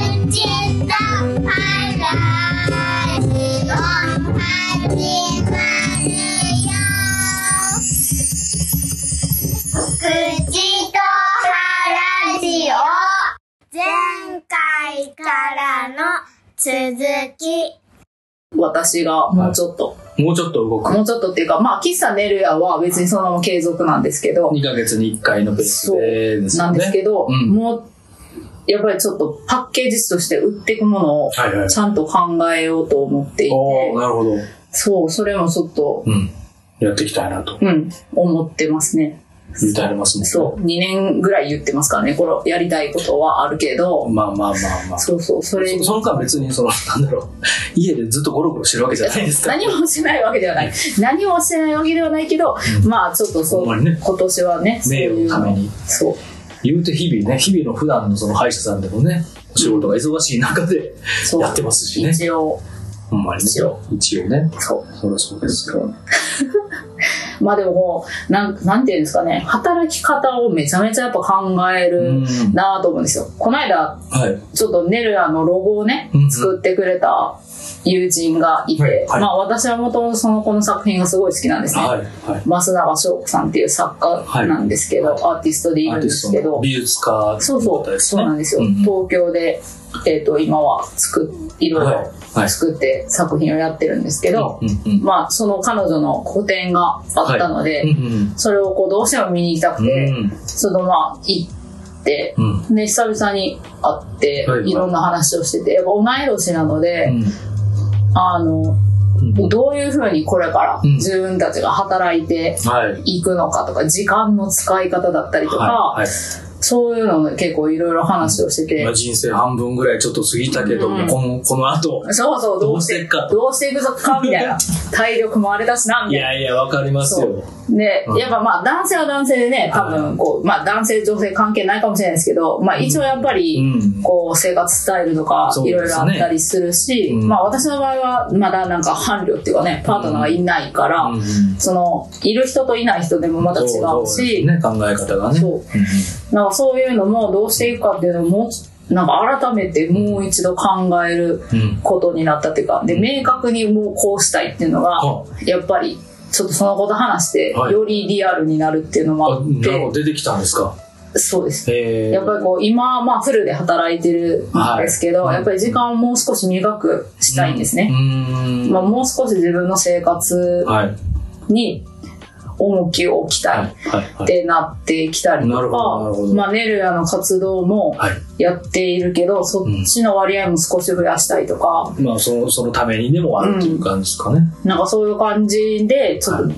口の払いを始まるよ口と腹ジオ前回からの続き私がもうちょっと、もうちょっと動く。もうちょっとっていうか、まあ、喫茶ネルヤは別にそのまま継続なんですけど、 2ヶ月に1回のペースでですなよんね。ですけど、うんもう、やっぱりちょっとパッケージとして売っていくものを、はいはいちゃんと考えようと思っていて、おーなるほど。そう、それもちょっと、うん。やっていきたいなと。うん、思ってますね。言ってありますもんね。そう、2年ぐらい言ってますからね、このやりたいことはあるけど、まあまあまあまあ。そうそう、それそその間別にその、 なんだろう、家でずっとゴロゴロしてるわけじゃないですから。何もしないわけではない。何もしてないわけではないけど、まあちょっとそほんまう、にね今年はね、そう名誉いうのために。そう。言うて日々ね、日々の普段のその歯医者さんでもね、お仕事が忙しい中でそうやってますしね。一応、ほんまにね。一応。一応ね。そう。そりゃそうですよ。まあでもこうなん、なんていうんですかね、働き方をめちゃめちゃやっぱ考えるんなぁと思うんですよ。この間、はい。ちょっとネルヤのロゴをねうんう、ん作ってくれた友人がいて、はいはいまあ私はもともとその子の作品がすごい好きなんですね。はい。はい。増田翔子さんっていう作家なんですけど、はいアーティストでいるんですけど、美術家そうそう、そうなんですよ。は東京で、えっ、と、今は作っ、いろいろはい作って作品をやってるんですけど、い。うんうんまあその彼女の個展があったので、うんそれをこうどうしても見に行きたくうんて、うんそのまあ行って、うんで久々に会って、はいはいい、ろんな話をしててやっぱ同い年なので、あのうんどういうふうにこれからうん自分たちが働いてはい。はい。いくのかとか時間の使い方だったりとか、はいそういうので結構いろいろ話をしてて、今人生半分ぐらいちょっと過ぎたけど、うんこの、この後。そうそうどどううししててっかとどうしていくぞかみたいな体力もあれだしなみいたいなやいや、わかりますよ。で、うんやっぱまあ男性は男性でね、多分こう、まあ男性女性関係ないかもしれないですけど、まあ一応やっぱうり、んこう生活スタイルとかそういですねろいろあったりするし、うんまあ私の場合はまだなんか伴侶っていうかね、パートナーがいないから、うんその、いる人といない人でもまた違そううそうですし、ね、考え方がね。そうなんかそういうのもどうしていくかっていうのも、なんか改めてもう一度考えるうんうんことになったっていうか、で、明確にもうこうしたいっていうのがは、やっぱり、ちょっとそのこと話して、はいよりリアルになるっていうのもあ、あっなるほて、ど、出てきたんですか。そうです。えーやっぱりこう、今、まあフルで働いてるんですけど、はいやっぱり時間をもう少し短くしたいんですね。うんまあ、もう少し自分の生活はい。に重きを置きた。はいい。はい。っはい。てなってきたりとなるほどなるかほ、どまあ、ネルヤの活動もはいやっているけど、そっちの割合も少し増やしたりとか、まあ、その、そのためにでもあるっていう感じですかね。なんかそういう感じで、ちょっとは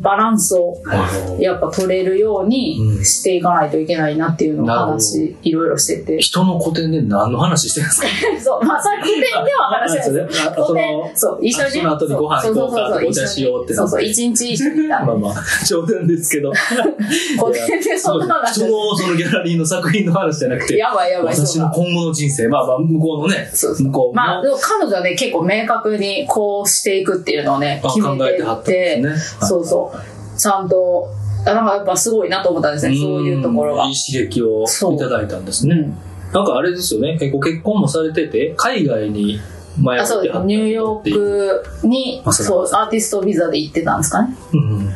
バランスをなるほどやっぱ取れるようにしていかないといけないなっていうのをな話、いろいろして て。人の個展で何の話してる んですかそう、まあ、それ古典では話しないあですあ古典、そそう、一緒にね。その後にご飯行こうかそそそそお茶しようってそうそう、一日一緒にいた まあまあ、冗談で すけど。古典でそんな話人のそのギャラリーの作品の話じゃなくて、やばいやばい、私そうだの今後の人生、まあまあ、向こうのね、そうそう向こうの、まあ、でも彼女はね、結構明確にこうしていくっていうのをね、あ決め考えててはっったんでて、すねはいそうそう、ちゃんと、あなんかやっぱすごいなと思ったんですね、そういうところがんいい。刺激をいただいたんですうね。ん、なんかあれですよね、結構結婚もされてて、海外に前あそうですニューヨーク。クにあそうそうアーティストビザで行ってたんですかねうんうん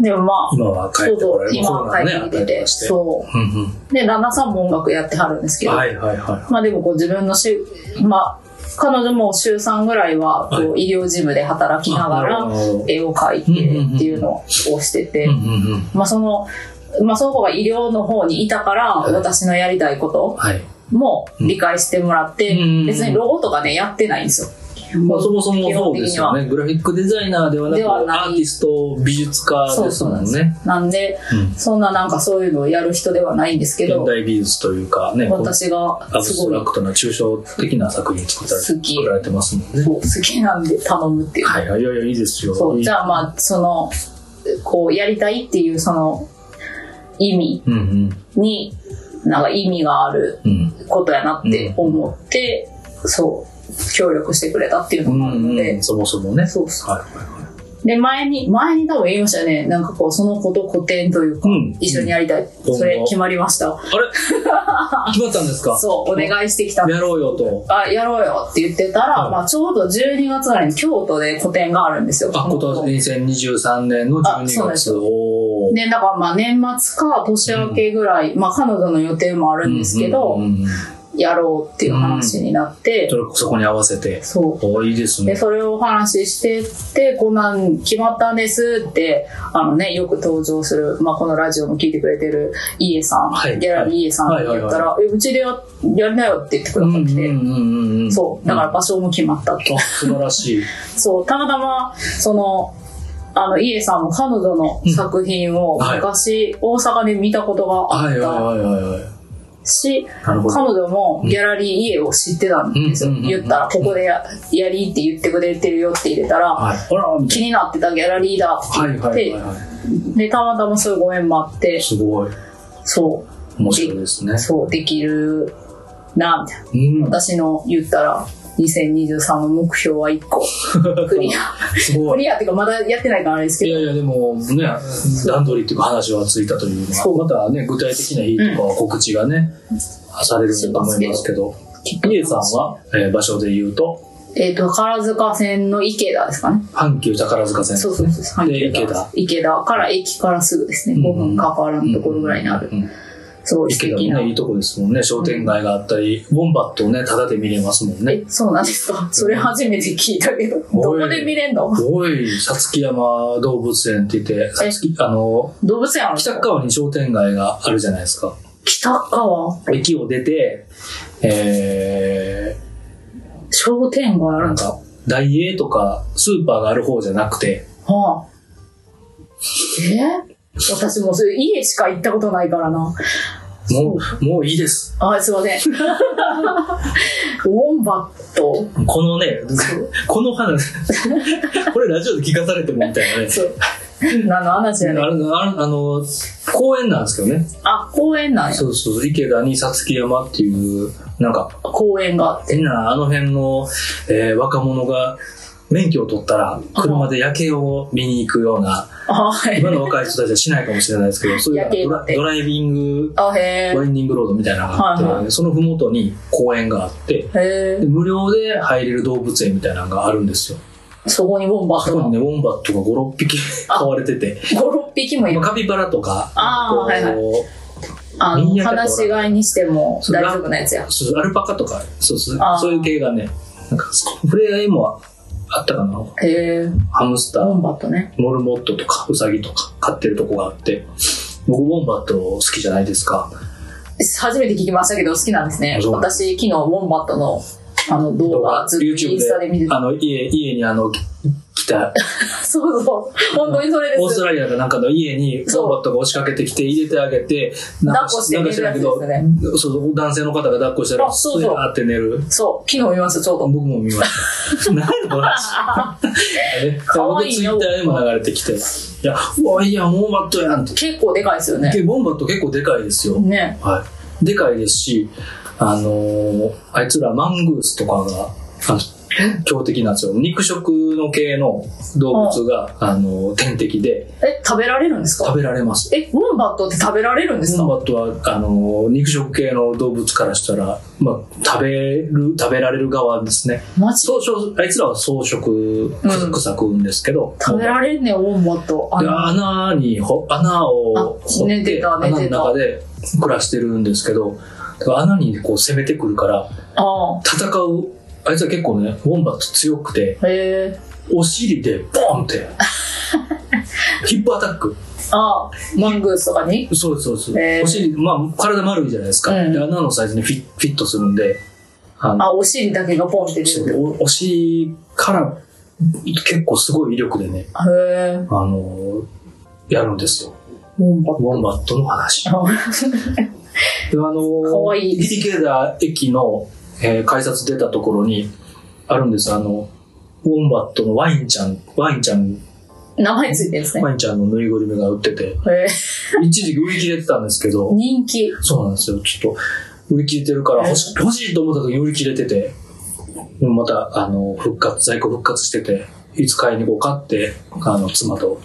でもまあ今は帰そっうてこそらうれる今コロはナが帰ね、ってあっきたてりてとかして。そうんうで旦那さんも音楽やってはるんですけうんど、はいはいはまあでもこう自分の週まあ彼女も週3ぐらいはこう医療事務で働きながあらなるほど絵を描いてっていうのをしててい。うんうんうんまあその、まあその子が医療の方にいたから、はい私のやりたいことはい。も理解してもらって、うん別にロゴとかね、やってないんですよ。まあ、そもそもそうですよね。グラフィックデザイナーではなではく、ないアーティスト、美術家そうですそうもなんんですよね。なんで、うんそんななんかそういうのをやる人ではないんですけ現ど、代美術というかね、こう私がアブすストごいラクトな抽象的な作品作ったり好き作られてますもんね。そう好きなんで頼むっていう。はいはい、いやいや、いいですよ。そういいじゃあまあ、その、こうやりたいっていうその意味うんうんに、なんか意味があるうん。ことやなって思って、そう、協力してくれたっていうのうもあるのんで、うん、そもそもね。そうそうはいはいはい。で、前に、前に多分言いましたよね。なんかこう、その子と古典というか、うん一緒にやりたい。うんそれ決まりました。 あれ決まったんですかそう、お願いしてきた。やろうよと。あ、やろうよって言ってたら、はいまあちょうど12月ぐらいに京都で個展があるんですよ。あ、今年2023年の12あそうで月。すおーで、なんかまあ年末か年明けぐらい、まあ彼女の予定もあるんですけど、うんうんうんうんやろうっていう話になって、それそこに合わせて。そう。おいいですで、ね。それをお話ししてって、こんなん決まったんですって、あのね、よく登場する、まあ、このラジオも聞いてくれてる、イエさん、はいギャラリーイエさんはいって言ったら、え、うちでややりなよって言ってくうだんさうっんて、うんうん。そう。だから場所も決まったと。あ、素晴らしい。そう、たまたま、その、あの、イエさんも彼女の作品をうんはい昔、大阪で見たことが あはいっはいたはいはいはい。し、なるほど彼女もギャラリーイエを知ってたんですようん。うんうんうん言ったら、ここでややりって言ってくれてるよって入れたら、はい。あら、みた気になってたギャラリーだいな。はいってはい言はいっはて、で、たまたまそういうご縁もあってい。、すごい。そ面白いですねう、。そう、できるな、みたいな。うん。私の言ったら、2023の目標は1個。 クリア。すごクい。リアっていうか、まだやってないからあれですけいどや、いや、でもね、段取りっていうか話はついたというそのうは、またね、具体的な日とかは告知がね、されると思いますけど、みえさんは、えー場所で言うと、えっ、と、宝塚線の池田ですかね。阪急宝塚線。そうそうそうそう。で阪急宝塚池田から駅からすぐですね。うん5分かからんところぐらいにあるう。んうんすごい素池田敵なね、い。いとこですもんね。商店街があったり、ウォンバットをね、タダで見れますもんね。え、そうなんですかそれ初めて聞いたけど。どこで見れんのおい、さつき山動物園って言って、さつき、あの、動物園あるんです北か川に商店街があるじゃないですか。北川駅を出て、え商店街あー、るなんんだ。か、ダイエーとか、スーパーがある方じゃなくて、はあ。え私もうそれ家しか行ったことないからな。もう、もういいです。あ、すいません。ウ ォンバット。このね、こ の話、これラジオで聞かされてもみたいなね。そう。何の話あやねんれあれあの、公園なんですけどね。あ、公園なんや。そうそう、池田にさつき山っていう、なんか、公園があって。みんなあの辺の、えー若者が免許を取ったら車で夜景を見に行くような、あ、はい今。の若い人たちはしないかもしれないですけど、そういうド夜景だラってドライビング、あ、へワインディングロードみたいなのがあって、はいはそのふもとに公園があって、え。へで無料で入れる動物園みたいなのがあるんですよ。え。そこにウォンバッそこトにが。ね、ウォンバットが5、6匹 飼われてて、 5、6匹もいまるあ。カピバラとか、あーこうはいはいあのいい、やけど話し飼いにしてもそう大丈夫なやつや。そうアルパカとか、そうそうあーそういう系がね、なんか、触れ合いもあったかな。へえ。ウハムスター、ォンバットね。モルモットとかウサギとか飼ってるとこがあって僕ウォンバット好きじゃないですか初めて聞きましたけど、好きなんですね。そう私、昨日ウォンバットのあの動画、ずっとイ YouTube ンスタで見てでた。あの家家にあのき来たそうそう。本当に それオーでスすト。ラリアかなんかの家にウォそうンバットが押しかけてきて入れてあげてなんか抱っこしてなんか知らんけど寝るやそうそう男性の方が抱っこしたらあスそーうそうーって寝るそう、昨日見ました、ちょうど。僕も見ました 何の話ねかわいいな僕ツイッターでも流れてきて「いやうわいやウォンバットやん」って結構でかいですよね。でウォンバット結構でかいですよね。はい、でかいですし、あのーあいつらマングースとかが、あの強敵なんですよ。肉食の系の動物が、あのー天敵でえ、食べられるんですか食べられます。え、ウォンバットって食べられるんですウォンかバットは、あのー肉食系の動物からしたら、まあ、食べる、食べられる側ですね。マジ草食、あいつらは草食、うん草食うんですけど、食べられんねん、ウォンバット。あでの穴にほ穴をあ掘っ寝ててた穴寝てたの中で暮らしてるんですけどだから穴にこう攻めてくるからあ戦うあいつは結構ねウォンバット強くてあ、へえ。お尻でボンって ヒップアタックああ、マングースとかにそうですそうです、へーお尻まあ体丸いじゃないですか、うんで穴のサイズにフィフィットするんであのあ、お尻だけがポンって出てる。おお尻から結構すごい威力でねへえ。あのやるんですよウォンバッウォンバットの話ト。であのー、かわいいですイリケーダ駅の、えー改札出たところにあるんですあのウォンバットのワインちゃんワインちゃん 名前ついてるんですね。ワインちゃんのぬいぐるみが売っててへえ。一時期売り切れてたんですけど人気。そうなんですよちょっと売り切れてるから欲し欲しいと思った時に売り切れててでもまたあの復活在庫復活してていつ買いに行こうかって、あの、妻と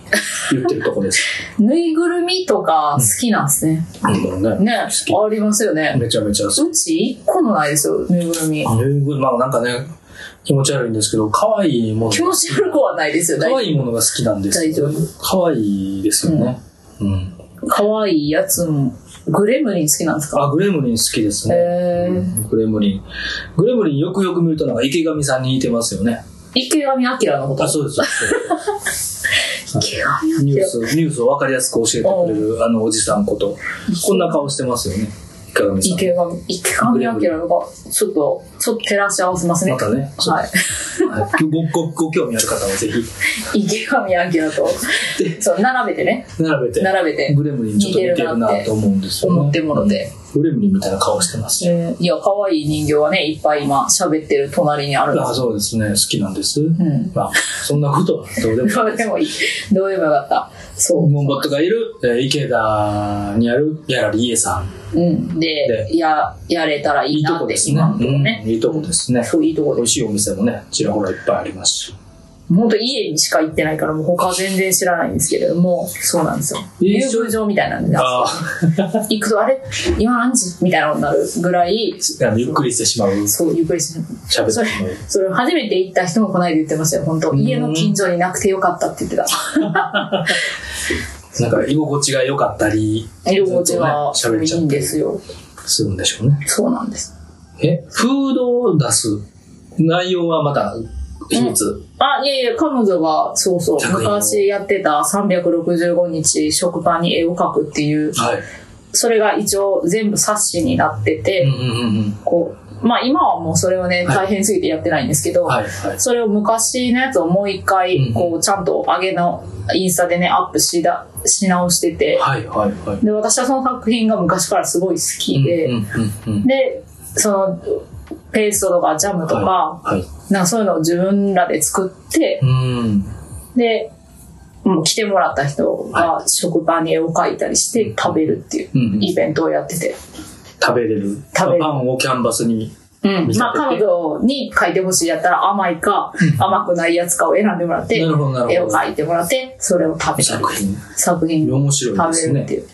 言ってると こです。ぬいぐるみとか好きなんですね。なんだろうね。ね、ありますよね。めちゃめちゃ好き。うち一個もないですよ、ぬいぐるみ。ぬいぐるみまあなんかね、気持ち悪いんですけど、可愛いもの。気持ち悪くはないですよ、可大愛いものが好きなんです大丈夫。可愛いですよね。うん。可愛いやつも、グレムリン好きなんですかあ、グレムリン好きですね。へーうんグレムリン。グレムリンよくよく見るとなんか池上さんに似てますよね。池上彰のこと。あ、そうです。池上ニュー彰。ス、ニュースを分かりやすく教えてくれるあのおじさんこと。こんな顔してますよね。池上さん。池上、池上彰が、ちょっと、ちょっと照らし合わせますね。またねははいごごご興味ある方はぜひい。池上彰と、そう、並べてね、並べて並べてグレムリンちょっと似てるなと思うんですよ、ね、思ってもろて。グレムリンみたいな顔してますし、えーいや、可愛い人形はね、いっぱい今、喋ってる隣にあるんであそうですね好きなんです、んまあそんなことはどうでもす。ど いうでもいい。どうでもよかった。そう。モンバットがいる、えー池田にあるギャラリー A さんうん、で、でや、やれたらいいいいとなこっでて、すね今のところね。うんいいとこですねそう、いいとこ美で味しいお店もねちらほらいっぱいありますし本当家にしか行ってないから、もう他は全然知らないんですけれども、そうなんですよ。一遊緒具場みたいなんで、あ行くと、あれ今何時みたいなのになるぐらい、 ーあのゆっくりしてしまうそう、ゆっくりして喋ってしそれまう、それ初めて行った人もこないで言ってましたよ、本当ん家の近所になくてよかったって言ってた。なんか居心地が良かったり居心地がずっとね喋っいちゃいっんたでりすよ。するんでしょうねそうなんです。え、フードを出す内容はまた秘密。あ、いやいや、彼女が、そうそう、作品を昔やってた365日食パンに絵を描くっていう、はい。それが一応全部冊子になってて、うんうんうんこう、まあ今はもうそれをね、はい大変すぎてやってないんですけど、うん。はいはい。それを昔のやつをもう一うん回、こう、ちゃんと上げの、インスタでね、アップしだ、し直してて、はいはいはい。で、私はその作品が昔からすごい好きで、うんうんうんうんで、その、ペーストとかジャムとか、はい。はいなんかそういうのを自分らで作って、うん。で、もう来てもらった人が食パンに絵を描いたりして食べるっていううんうんイベントをやってて。食べれる。食べれるパンをキャンバスに。うん見。まあ彼立てて女に描いてほしいやったら甘いか甘くないやつかを選んでもらって、なるほどなるほど絵を描いてもらって、それを食べたり作品。作品面白いです食べるってね。いう。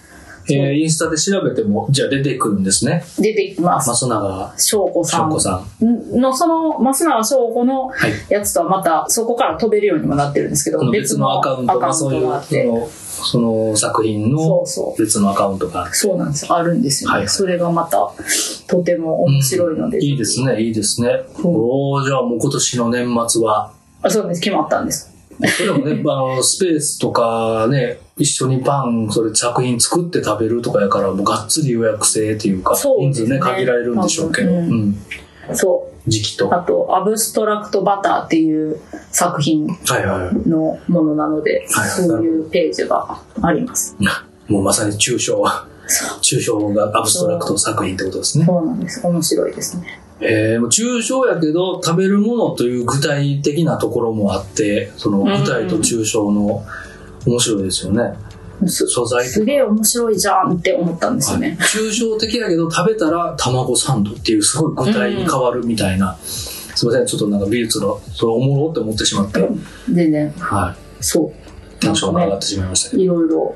えー、インスタで調べても、じゃあ出てくるんですね。出てきます。松永翔子さ翔ん子さん。の、その、増永翔子のはいやつとはまた、そこから飛べるようにもなってるんですけこど、の別のアカウントアカが、ウンそういトがあう、っそて、の、その作品そのうそう。別のアカウントがある。そうなんですよ。あるんですよね。はいそれがまた、とても面白いので。いいですね、いいですね。うんおおじゃあもう今年の年末は、 あそうです。決まったんです。それもね、あの、スペースとかね、一緒にパン、それ作品作って食べるとかやから、もうがっつり予約制っていうか、そう人です数ねね、限られるんでしょうけど、う多分うんん。そ時期と。う。あはと、アブストラクトバターっていう作品いはのものなので、はいそういうページがあります。 い。もうまさに抽象、抽象がアブストラクト作品ってことですね。そうなんです。面白いですね。えー、もう抽象やけど、食べるものという具体的なところもあって、そのん具体と抽象の、面白いですよね。す素材とすげえ面白いじゃんって思ったんですよね。抽象的やけど食べたら卵サンドっていうすごい具体に変わるみたいな、すいませんちょっとなんか美術のそれおもろって思ってしまって、全然、はそう。いテンションが上がってしまいましたけど、いろいろ。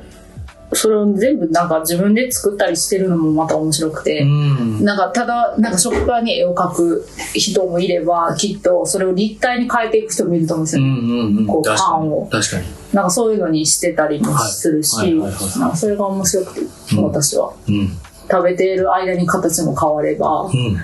それを全部なんか自分で作ったりしてるのもまた面白くて。うんなんかただなんか食パンに絵を描く人もいればきっとそれを立体に変えていく人もいると思うんですうよ、んうんうこんう確パかンをに確かになんかそういうのにしてたりもするし、はいはいはいはいなんかそれが面白くて、うん私はうん食べている間に形も変わればうん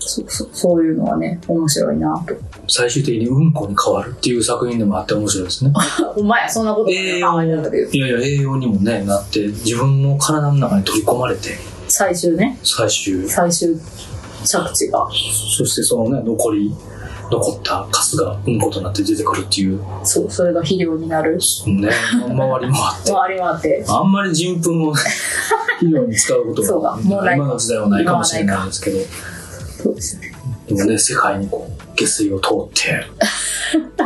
そうそうそういうのはね面白いなと最終的にうんこに変わるっていう作品でもあって面白いですねお前そんなことない考えてたけどいやいや栄養にもねなって自分の体の中に取り込まれて最終ね最終最終着地がそしてそのね残り残ったカスがうんことなって出てくるっていうそうそれが肥料になるね 周りもあって回り回ってあんまり人糞 を肥料に使うことそうかがもうない今の時代はないかもしれないですけど、そうですよねでもね、世界にこう、下水を通 って、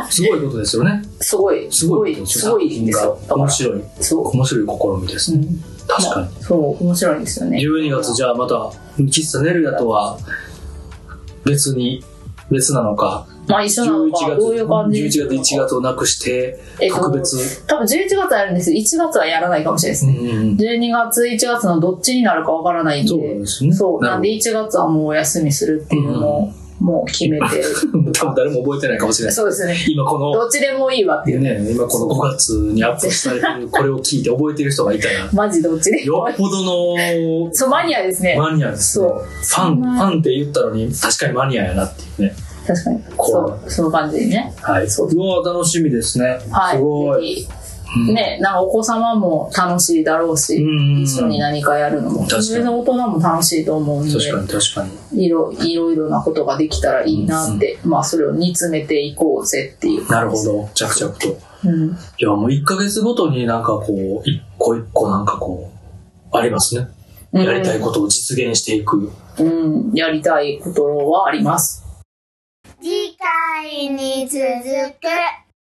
すごいことですよね。すごいすすごごいいすごいんですよだから面白い、そう面白い試みですうね。ん確かに。そう、面白いんですよね。 12月、じゃあまた、喫茶ネルヤとは別に、別なのか、まあ一緒な11のか、月、どういう感じ11月、1月をなくしてえっ、と特別。多分11月はやるんです1月はやらないかもしれないですね。うんうん12月、1月のどっちになるかわからないんで。そうですねそう。ななるほどんで1月はもうお休みするっていうのを、もう決めて。 多分誰も覚えてないかもしれない。そうですね。今このどっちでもいいわっていう。ね、今この5月にアップされてる、これを聞いて覚えてる人がいたら、マジどっちでよもいっぽどのい。そう、マニアですね。マニアですね。そフうァン、ファンって言ったのに、確かにマニアやなっていうね。確かに。こそう、その感じでね。はい。そううわ楽しみですね。はい。すごい。ぜひね、なんかお子様も楽しいだろうし、うん一緒に何かやるのも、確かにそれの大人も楽しいと思うんで、確かに確かに。いろいろいろなことができたらいいなって、まあそれを煮詰めていこうぜっていう。なるほど。着々と。うん。いや、もう1ヶ月ごとになんかこう、一個一個なんかこう、ありますね。やりたいことを実現していく。うん、やりたいことはあります。次回に続く。